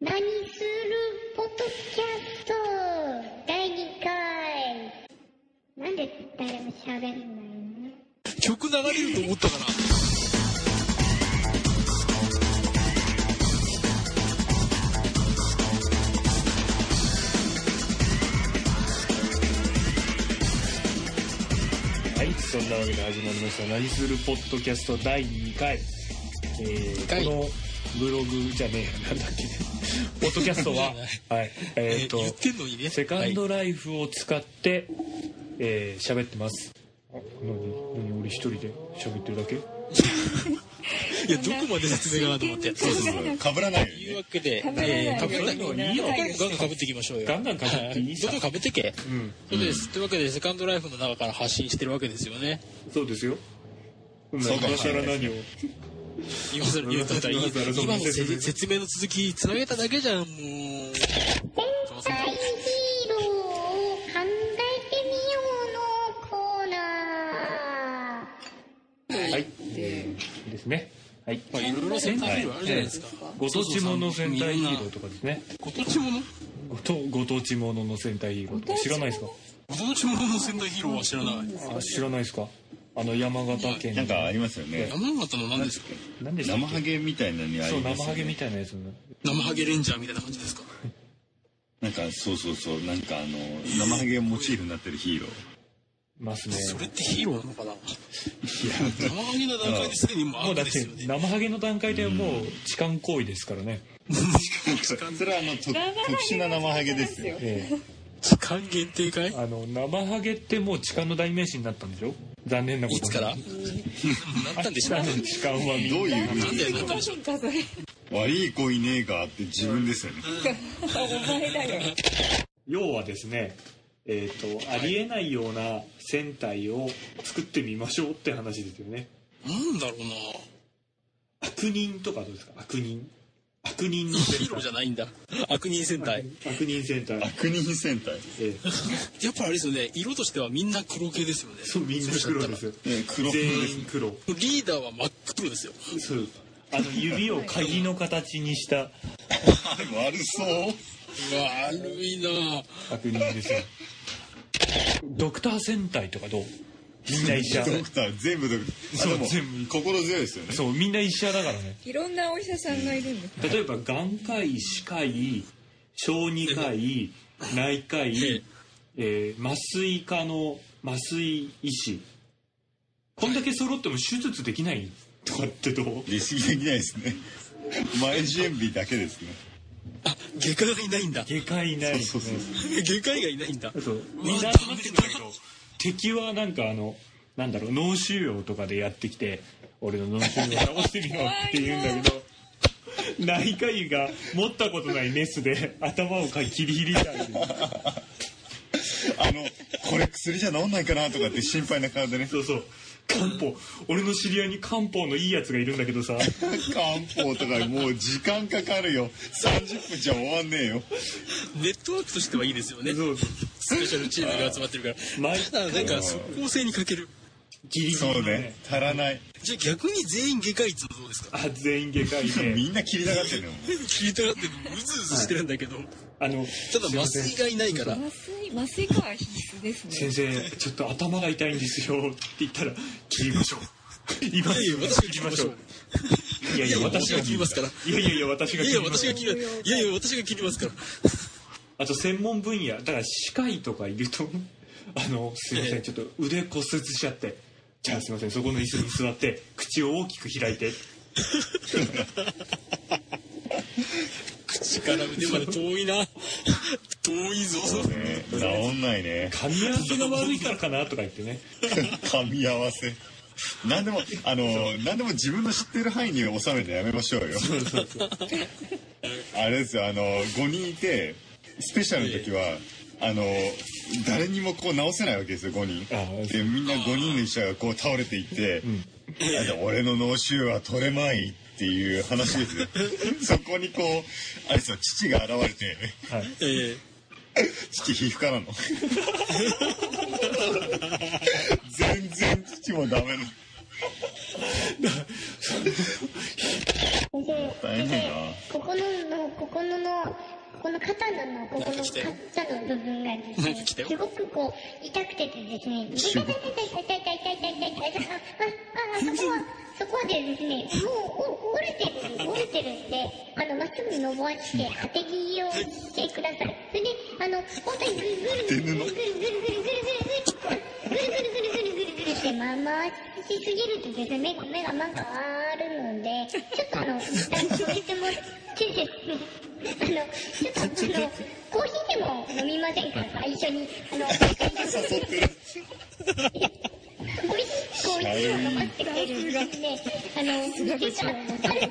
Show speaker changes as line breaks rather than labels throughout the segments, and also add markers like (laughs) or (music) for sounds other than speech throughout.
何するポッドキャスト第2回なんで誰も喋んないの
曲流れると思ったから。
はい、そんなわけで始まりました「何するポッドキャスト」第2回、えー
回
このブログじゃねえやなんだっけポッドキャス (laughs) トははいえーっと
言ってんのにね。
セカン
は
ドライフを使ってえー喋ってます何何俺一人で喋ってるだけ
い、いや、どこまで説明がなと思って。そうそうそう。
かぶらないよう
と
に
いう
ね
わけで、
被らない
えー被らないのいいよ。
被らない
ガンガン被っていきましょうよ。
ガンガン被っていい
どんどん被ってけ。
うん
そうです。というわけで、セカンドライフの中から発信してるわけですよね。
そうですよ今
そうかもし
更
れない
何を
今更言うとったらいい
今更そんな
今も
説明
せ説明の続き繋げただけじゃん、もう。
戦隊ヒーローを考えてみようのコーナ
はいですねはい
まあ、いろいろ戦隊ヒーローあるじゃないですか。
ご当地もの戦隊ヒーローとかですね
ご当地もの
ごとご当地ものの戦隊ヒーローとか知らないですか
ご当地ものの戦隊ヒーローは知らない。
あ知らないですかあの山形県
なんかありますよね
山形の何ですか
何でしたっけ
生ハゲみたいなのにあ
そう
ります
生
よ
ハゲみ
ね
たいなやつの
生ハゲレンジャーみたいな感じですか
なんかそうそうそうなんかあの生ハゲモチーフになってるヒーロー
ますね
それってヒーローなのかな生ハゲの段階ですでにもう
も
ア
う
ウ
だ
ト
っ
で
て
すよね。
生ハゲの段階ではもう痴漢行為ですからね、
それはあのと特殊な生ハゲですよ
え
時間限定かい
えあの生ハゲってもう痴漢の代名詞になったんでしょ残念なこ
い
と
つ
に
からなったんでしょ
あ
な
の
ん
痴漢は
どう
みんな
いう意味
だよなったんでしょ
悪い子いねえかって自分ですよね
要はですねえっ、とありえないような戦隊を作ってみましょうって話ですよね
なんだろうな
悪人とかどうですか悪人悪人の
ヒ (laughs)
戦
ーローじゃ
隊
ないんだ。悪人戦隊。
悪人戦隊、
悪人戦隊
ええ
やっぱあれですよね、色としてはみんな黒系ですよね。
そうみんな黒ですよ
え黒
全員黒
リーダーは真っ黒ですよ。
そうあの指を鍵の形にした
悪そう
悪いなぁ。
悪人ですよドクター戦隊とかどうみんな医者
ドクター全部ドクター
そう
あでも
全部
心強いですよね
そうみんな医者だからね
いろんなお医者さんがいるんです。
例えば眼科医歯科医小児科医内科医、えー麻酔科の麻酔医師こんだけ揃っても手術できないとかってどう
意識できないですね前準備だけですね
あ、外科がいないんだ。
外科医ない
そうそうそう
外科医がいないんだ。
そうみんな集まってくんだけど敵はなんかあのなんだろう脳腫瘍とかでやってきて俺の脳腫瘍を治してみろって言うんだけど内科医が持ったことないメスで頭をか切り切りたい
あのこれ薬じゃ治んないかなとかって心配な顔でね
そうそう漢方俺の知り合いに漢方のいいやつがいるんだけどさ
漢方とかもう時間かかるよ30分じゃ終わんねえよ
ネットワークとしてはいいですよね。
そう
スペシャルチームが集まってるから。
毎
ただ、なんか即効性に欠ける。
ギリギリ
そ
の
うね足らない
じゃあ逆に全員外科医ってのはどうですか
あ全員外科医で
みんな切りたがってるのよ
聞いたがってうずうずしてるんだけど、
あの
ただ麻酔がいないから
麻酔、麻酔科は必須ですね。
先生ちょっと頭が痛いんですよって言ったら切りましょう今
いやいや私が切りましょう
いやいや私が切りますからいやいやいや私が
いやい
切り
や
ます
私が切るいやいや私が切りますから
あと専門分野だから歯科医とかいると (laughs) あのすいませ
ええ
んちょっと腕骨折しちゃってじゃあすいませんそこの椅子に座って口を大きく開い (laughs) て
口から腕まで遠いな遠いぞ
ね治んないね
噛み合わせが悪いからかなとか言ってね
(laughs) 噛み合わせ何でもあの何でも自分の知ってる範囲に収めてやめましょうよあれですよあの5人いてスペシャルの時はあの誰にもこう直せないわけですよ5
ああ
人でみんな5人の医者がこう倒れていって「あでも俺の脳腫瘍は取れまい」っていう話ですよそこにこうあれですよ父が現れて
ええ
父皮膚科なの全然父もダメなの
先生、先生、
大変だ
ここのの、ここのの、ここの肩のの、ここの肩の部分がです
なんか
ね、
来たよ
すごくこう、痛くてですね、痛い痛い痛い痛い痛い痛い痛い痛い痛い、あ、あ、あ、そこは、そこはでですね、もうお折れてる、折れてるんで、あの、まっすぐ伸ばして、当て着をしてください。それで、あの、本当にぐるぐるぐるぐるぐるぐるぐるぐるぐるぐるぐるぐるぐるぐるぐるぐるって回しすぎるとですね、目がなんか変わるので、ちょっとあの、脱走してもらってですね、あの、ちょっとあの、コーヒーでも飲みませんか一緒に、あの、
誘ってる
美味しいコーヒーを飲ませてくれるんですね。あの、実はあるって聞い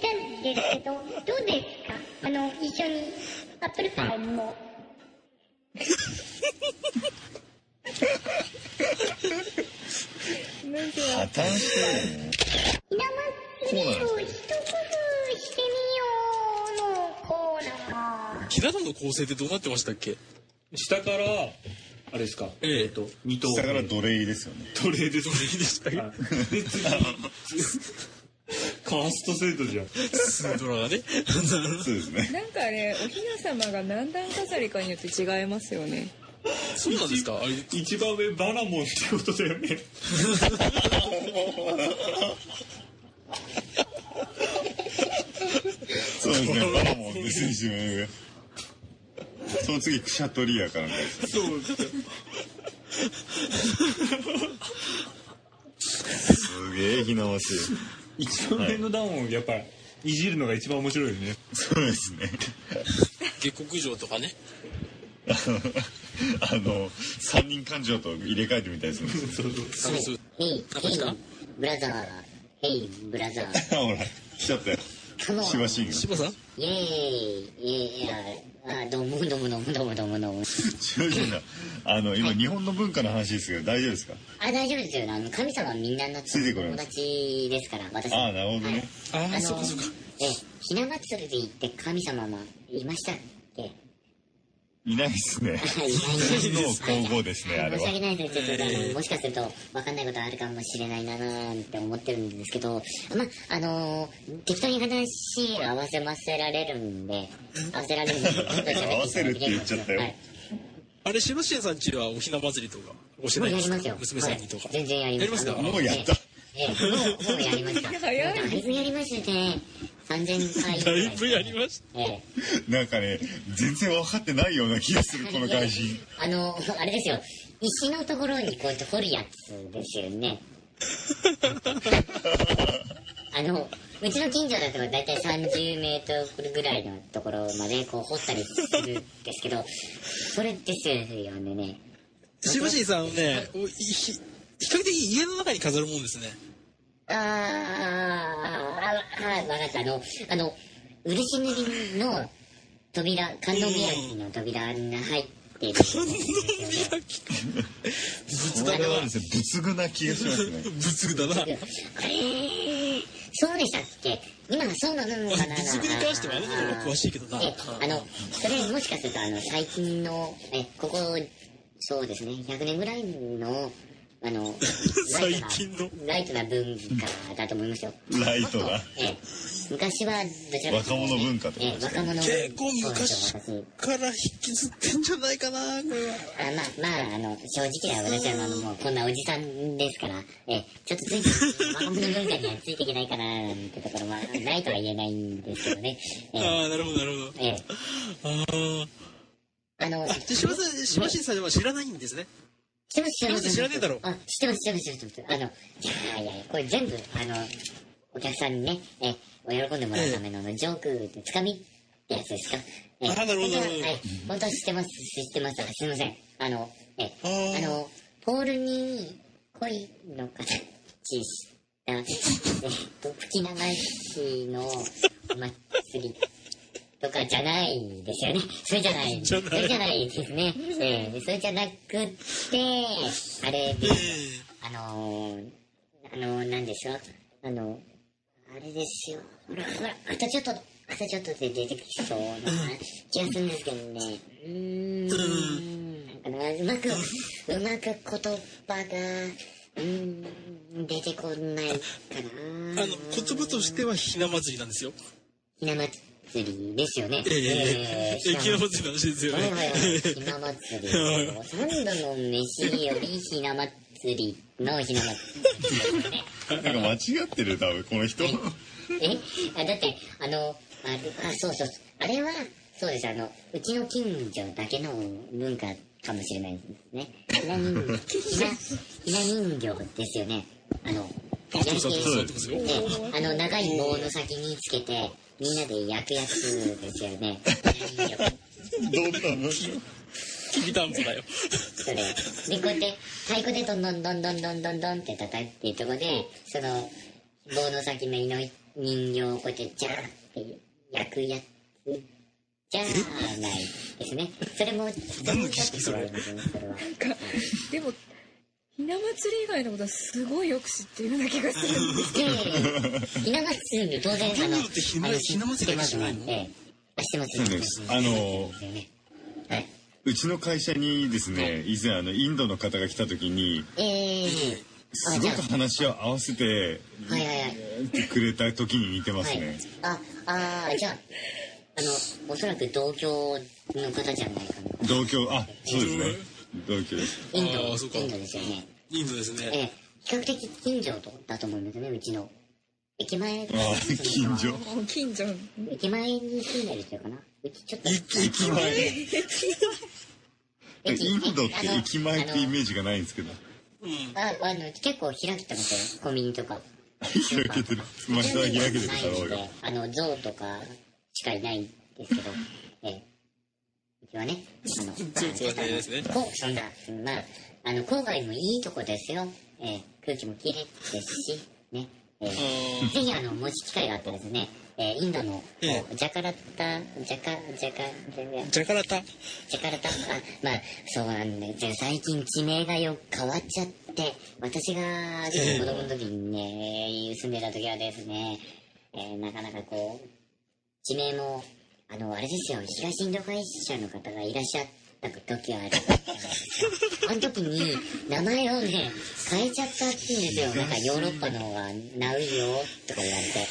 たんですけど、どうですかあの、一緒にアップルパイも。
破綻してる
なんか、
の
ひな祭りを一工夫してみようのコーナー。
ひな壇の構成ってどうなってましたっけ
下から、あれですか、
ええ
っと、二等
下から奴隷ですよね
トレーです。
いいでしたっけ
はいで、次、カースト制度じゃん。
スードラが (laughs) ね。
そうですね
なんかあれ、おひな様が何段飾りかによって違いますよね。
そうなんですかあれ、
一番上バラモンってことだよ (laughs) ね。
そうですねバラモンですね自分がその次クシャトリアからね
そう。
すげえひな祭り
一番上の段をやっぱいじるのが一番面白いよね。
そうですね
下克上とかね。
あの三人感情と入れ替えてみたいですね
そうそう。
Hey,
こですか
hey, brother. Hey, brother.
あ (laughs) ほら来ちゃったよ
Come
し
on.
ばしんが
柴さん
Yay. Yeah. あ、どうもどうもどうもどうもどうもどうも。
柴慎があの今日本の文化の話ですけど大丈夫ですか
あ、大丈夫ですよ。あの、神様みんなの
ついてこれ
友達ですから、私。
ああなるほどね
あ
はい
あ、そうかそうか。。
え、ひな祭りで行って神様もいましたっけい
いないですね
(laughs) ないいない
の皇后ですねあれ
申し
は
訳ないですけど、ちょっとあのもしかすると分かんないことあるかもしれないなーって思ってるんですけど、まあ、あのー適当に話合わせませられるんで、合わせられるんで、どんどん喋っていただけば
合わせるって言っちゃったよ
はい、
あれ、柴シエさんちはおひな祭りとか、おし
も
ないで
うやり
す
ます
か
よ。
娘さんにとか
はい。全然やります。
やりますか
もうやった
ええ、もう、もうやりました。
(laughs)
早い
だいぶやりましたね。3000回ぐ
だ
ら
いぶやりまし
ええ。
なんかね全然分かってないような気がするこの外人
(laughs) あの、あれですよ。石のところにこうやって掘るやつです
(laughs)
よね。あの、うちの近所だと大体30メートルぐらいのところまでこう掘ったりするんですけど、それですよね。
た。柴シエさんはね、おいひ比較的家の中に飾るもんですね。
あー、ああはい、わかった。あの、あの、漆塗りの扉、観音開きの扉に入ってるんですよね。
開き
これはですね仏具な気がしますね
仏具だな。
あれそうでしたっけ今がそうなのかな
仏具に関してはあなたの方が詳しいけどな
えあのそれもしかするとあの最近のえここそうですね100年ぐらいのあの
(laughs) 最近の
ライトなライトな文化だと思いますよ
ライトな
ええ昔はどちらかと
若
いうと
者文化ってこと
ええ
です
若者文化
結構昔
そうですよ私
から引きずってんじゃないかな、これは。
あまあまああの正直な私はあのもうこんなおじさんですから、ええ、ちょっとついて若者文化にはついていけないかななんてところはないとは言えないんですけどね、ええ
ああ、なるほど、なるほど。
ええ、
ああ。
あの
で、柴さん、柴シエさんは知らないんですね。
知ってます知ってます
知らねえだろ
あ知ってます知ってます知ってますあのいやいやいやこれ全部あのお客さんにねえお喜んでもらうためのあのジョークでつかみってやつですかえ
あなるほど
本当は
なるほど
はい本当は知ってます知ってますあすいませんあのえ
あー
あのポールに恋の形した (laughs) えっと吹き流しのお祭りとかじゃないですよね。それじゃない。
じゃない
それじゃないですね。ええそれじゃなくて、あれです。あのー、あのー、なんでしょう。あの、あれですよ。ほら、ほら、あとちょっと、あとちょっとで出てきそうな気がするんですけどね。うーん。なんかなうまく、うまく言葉がうーん、出てこないか
あの、
な
言葉としてはひな祭りなんですよ。
ひな祭りですよね。
ええ
えー
ひな祭りの話ですよ
はい
ね
は。いはい。ひな祭り。三度の飯よりひな祭りのひな祭り。
なんか間違ってる多分この人
えあだって、あの、ああそうそうそう。あれは、そうです。あの、うちの近所だけの文化かもしれないですね。ひな人形。ひな、ひな人形ですよね。あの、
あ、トムさん、トムさん、トムさんよ。
ね、あの長い棒の先につけてみんなで焼くやつですよね。
どんなの
きびたんぽだよ。
それでこうやって太鼓でどんどんどんどんどんどんどんって叩いてるとこでその棒の先の人形をこうやってジャーって焼くやつじゃないですね。それも
何の儀式
それはそれは
でもひな祭り以外のことはすごいよく知っているような気がするんです
いやいやいやひな祭り当然あの
ひなってひな
あの
ひな祭りだけじゃないの
ええあしてますしてます
(laughs) あの
よね。
うちの会社にですね以前あのインドの方が来た時に
ええ
すごく話を合わせて
はいはいはい。
くれた時に似てま
は
す
い
ね。
あ、あーじゃあ、あの、おそらく同郷の方じゃないかな。
同居あそうですね同居です
イン
あーそうか
ド、インドですよね。
インドです
え
ね。
え、比較的近所とだと思うんですね、うちの。駅前
あー近所
もう近所
駅前に住んでる人かな。うちちょっと。
駅駅前。
えインドって駅前ってイ
ージ。
メージがないんですけど
うん。
あのああの、結構開けてますよ、コンビニとか。
(laughs) 開けてるまあ人は開けてるだろうが
ないんであの、象とかしかいないんで
(laughs)
すけど、ええ、うちはね、あ
象
の、
とかいないですね
こう、そんな、まあ、あの、郊外もいいとこですよ。ええ、空気もきれいですし、ね。ええ
あー
ぜひ、あの、もし機会があったらですね、ええ、インドの、
ええ
こうジャカラタ、ジャカ、ジャカ、ジャカ
ジャカラタ。
ジャカルタあまあそうなんだけど最近地名がよ変わっちゃって私が子供の時にね、住んでた時はですね、えーなかなかこう地名もあのあれですよ東インド会社の方がいらっしゃった時はあれだったんですよあの時に名前をね変えちゃったっていうんですよなんかヨーロッパの方がナウイよとか言われて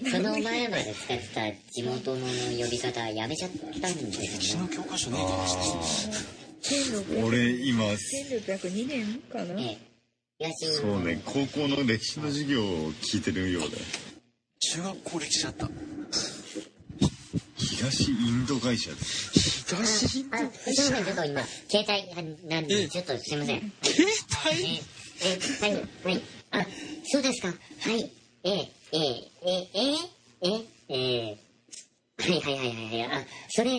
でその前まで使ってた地元の呼び方やめちゃったんですよね
教科書ねえかもしれない
1600
俺今
1602年かな
ええ東
そうね高校の歴史の授業を聞いてるようだ
中学校歴史だった。
東インド会社です
東インド
あ、すいません、ちょっと今、携帯なんで、ちょっとすいません。
携
え
帯
ー、えー、はい、はい。あ、そうですか。はい。えー、えー、えー、えー、えー、えー、はいはいはいはいはい。あ、それ、あ、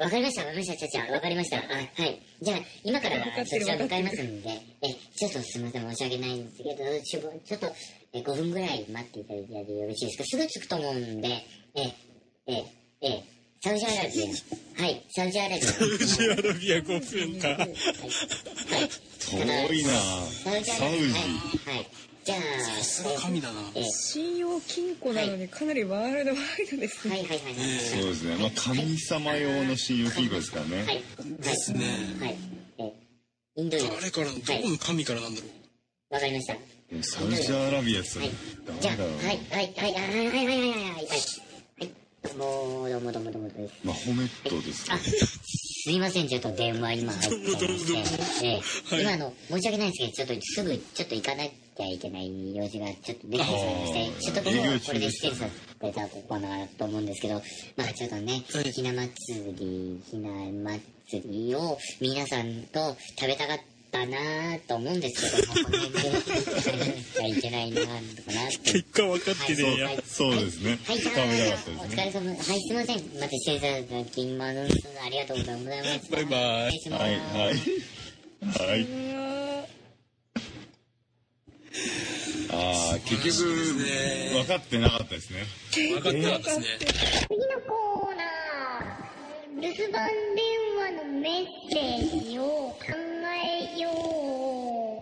あーわかりました、わかりました、ちゃちゃ、わかりました。あ、はい。じゃあ、今からはそちら向かいますんで、えー、ちょっとすいません、申し訳ないんですけど、ちょちょっと、えー、5分ぐらい待っていただいてよろしいですか。すぐ着くと思うんで、えー、えー、えー、サウジアラビア。はい、サウジアラビア。
宇 (laughs) 治アラビア5分か。
はい。
遠いなサウジ
はい。はい、じゃあ、
神だな。
えー
信用金庫なのにかなりワールドワイドです
えー
ね
はいはいはい
そう
は
ですねまあ神様用の信用金庫ですから
い。はい
ね。
ですね
はい。えーインド洋。
誰からの、どこの神からなんだろう。
わかりました。
でもサウジアラビアって
はい。じ
ダ
ゃあ、
メだ
はい
ろう
はいはいはいはいはいはいはいはい。はい。もう、どうもどうもどうもどうも。
マホメットです
あ、すいません、ちょっと電話今入ってまして、えー今あの、申し訳ないんですけど、ちょっとすぐ、ちょっと行かなきゃいけない用事がちょっとできてしまいま
あー
して、ちょっとこ
営
の
業
こ
中
れで
で
失礼させていただこうかなと思うんですけど、まあちょっとね、
はい
ひな祭り、ひな祭りを皆さんと食べたかったなと思うんですけど、もうこの辺で、 (laughs) 食べなきゃいけないなとかなって
結果分かってねえや。
そうですね
はい、
食べたかった
お
です
疲れ
ね
様。はい、すいません。また失礼いただきます。ありがとうございます。
バイバイ
失礼します
はいはいはいう
わ
ああ結局分かってなかったですね
分かったんですね。
次のコーナー、留守番電話のメッセージを考えよ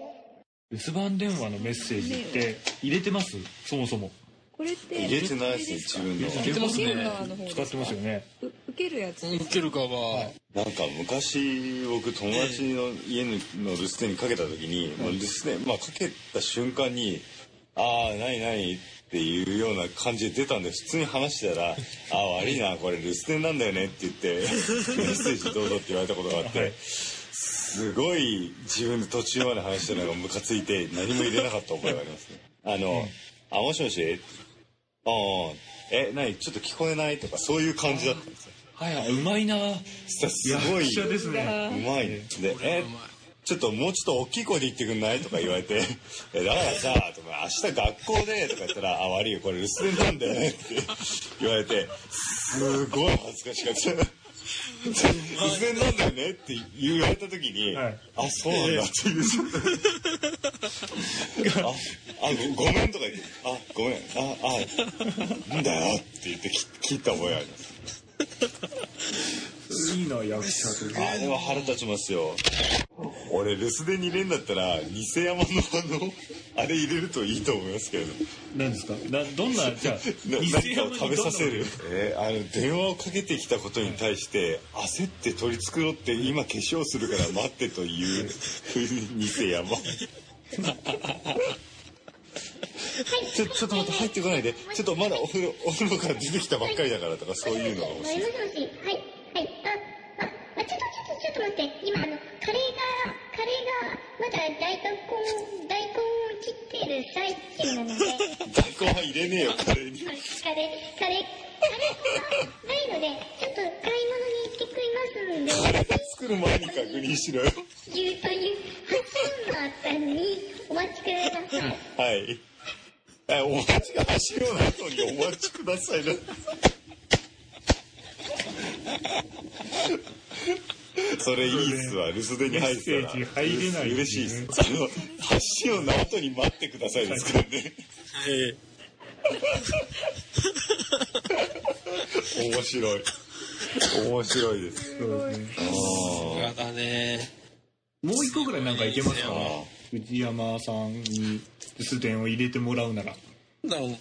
う。
留守番電話のメッセージって入れてますそもそも
これって
入れてないですね自分の
てますね
受ける側の方
使ってますよね
う受けるやつ。
受けるかは。
なんか昔僕友達の家の留守電にかけた時に、まあ、留守電、まあ、かけた瞬間に「ああ何何?」っていうような感じで出たんで普通に話してたら「ああ悪いなこれ留守電なんだよね」って言って「メッセージどうぞ」って言われたことがあって。すごい自分で途中まで話したのがムカついて何も入れなかった覚えがありますね。あの、あ、もしもしああ、え、何ちょっと聞こえないとかそういう感じだったんですよ。
はいはい、うまいな。
さすごい。
役者ですね。
うまいねで「えちょっともうちょっと大きい声で言ってくんない?」とか言われて (laughs) 「えだからさ」とか「明日学校で」とか言ったら「あ悪いよこれ留守電なんだよね」って言われてすごい恥ずかしかった。留守電なんだよねって言われた時に、
はい
あそうなんだって言うああごごめんとか言ってあごめんああなんだよって言って切切った覚えあります
いいな、役者というか。
あれは腹立ちますよ俺留守電に入れんだったら偽山のあのあれ入れるといいと思いますけど
何ですかなどんな、じゃあ、
(laughs) な何かを食べさせる
偽山にどんなもの。
えーあの電話をかけてきたことに対して焦って取り繕って今化粧するから待ってという偽山ちょちょっと待って入ってこないでちょっとまだお風呂お風呂から出てきたばっかりだからとかそう
(laughs)
いうのが欲しい
もしもし、はい、はい、あ、あ、あちょっと、ちょっと、ちょっと待って、今、あの、カレーが、カレーが、まだ大根、大根を切ってる最中なので、
大根は入れねえよカレーに
カレー、カレー、カレーがないので、ちょっと買い物に行ってく
カ
いますん
レ
で
ー、作る前に確認しろよ
言うという発音があったのに、お待ちください。
はい。え、お待ちが走るような後にお待ちくださいな。それいいっすわ。留守電に入ってたら。
メッセージ入れない
嬉しいっす。あの、走るような後に待ってくださいですからね。
え
面白い。面白いです。
そうですね
えやだね。
もう一個ぐらいなんかいけますか藤山さんに留守電を入れてもらうなら。
なんだろう。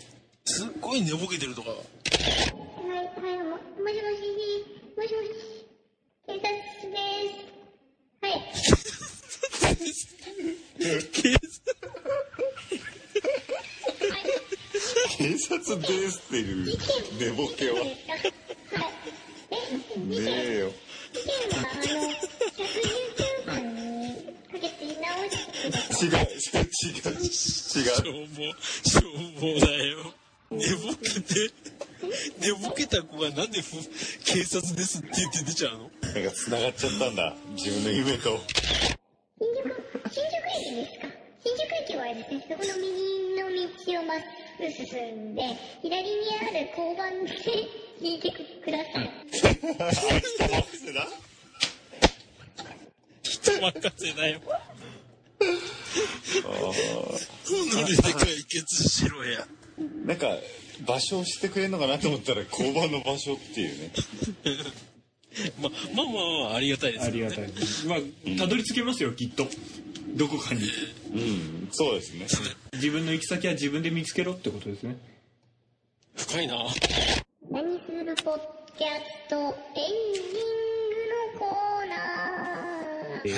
すっごい寝ぼけてるとか。
はい、はい、も、もしもし、もしもし、警察です。はい。
警察ですっていう寝ぼけは。ねえよ。違う、違う、違う。違
消
う。
防、消防だよ。寝ぼけて、寝ぼけた子がなんでふ警察ですって言って出ちゃうの
なんか繋がっちゃったんだ。自分の夢と。
(laughs)
新宿、新宿駅ですか新宿駅はですね、そこの右の道をまっすぐ進んで、左にある交番で引いてください。
人任せだ。
人任せだよ。ノリで解決しろや。
なんか場所を知ってくれるのかなと思ったら交番の場所っていうね
ま、まあまあまあ、ありがたいです
あ
よね。
りがたいです。まあ、たどり着けますよ、きっと。どこかに。
うんそうですね
自分の行き先は自分で見つけろってことですね。
深いな。
何するポッキャストエンディングのコーナー。
え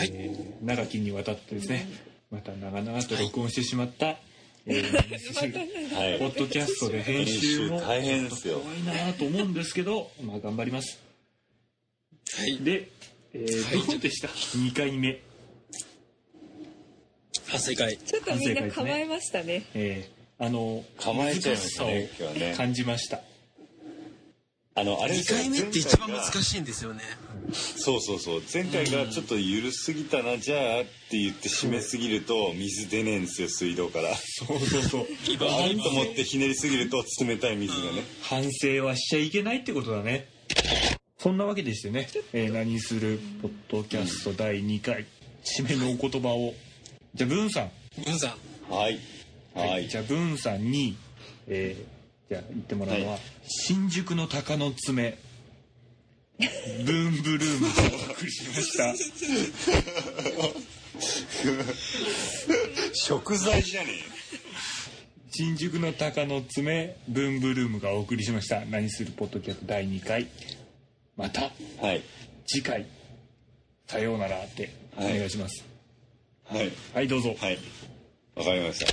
ー長きにわたってですね、また長々と録音してしまった、え
(laughs)
ー
はい
ポッドキャストで編
編
集
集
も
大変ですよ
怖いなぁと思うんですけど、まあ頑張ります。
はい。
で、えー
はい
どうでした ?2 回目。
反省会。
ちょっとみんな構えましたね。
えーあの、
構えちゃいましたね
難しさを
今日はね
感じました。
あのあれで
2
すよ
回目って一番難しいんですよね。
そうそうそう前回がちょっと緩すぎたなじゃあって言って締めすぎると水出ねえんですよ水道から
そうそうそう。
バーンと思ってひねりすぎると冷たい水がね
反省はしちゃいけないってことだねそんなわけでしてね、えー何するポッドキャスト第2回締めのお言葉をじゃあブーンさん、
文さん。
はいは
はい
い
じゃあブーンさんに、えーじゃあ言ってもらうのは、
はい
新宿の鷹の爪ブーンブルーム」をお送りしました
食材じゃね
新宿の鷹の爪ブンブルームがお送りしました何するポッドキャスト第2回また
はい。
次回、さようならってお願いします。
はい。
はい、どうぞ。
はい。わかりました。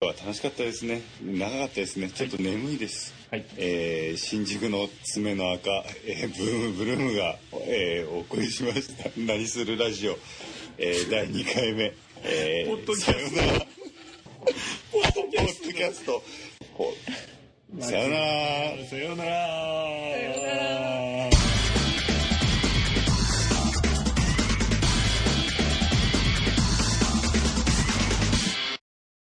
今日は楽しかったですね。長かったですね。ちょっと眠いです。
はい
えー新宿の爪の赤、えーブームブルームが、えーお送りしました。何するラジオ、えー第2回目。えー
ポッドキャスト
さよなら。ポッドキャスト。ほさよなら。
さようなら。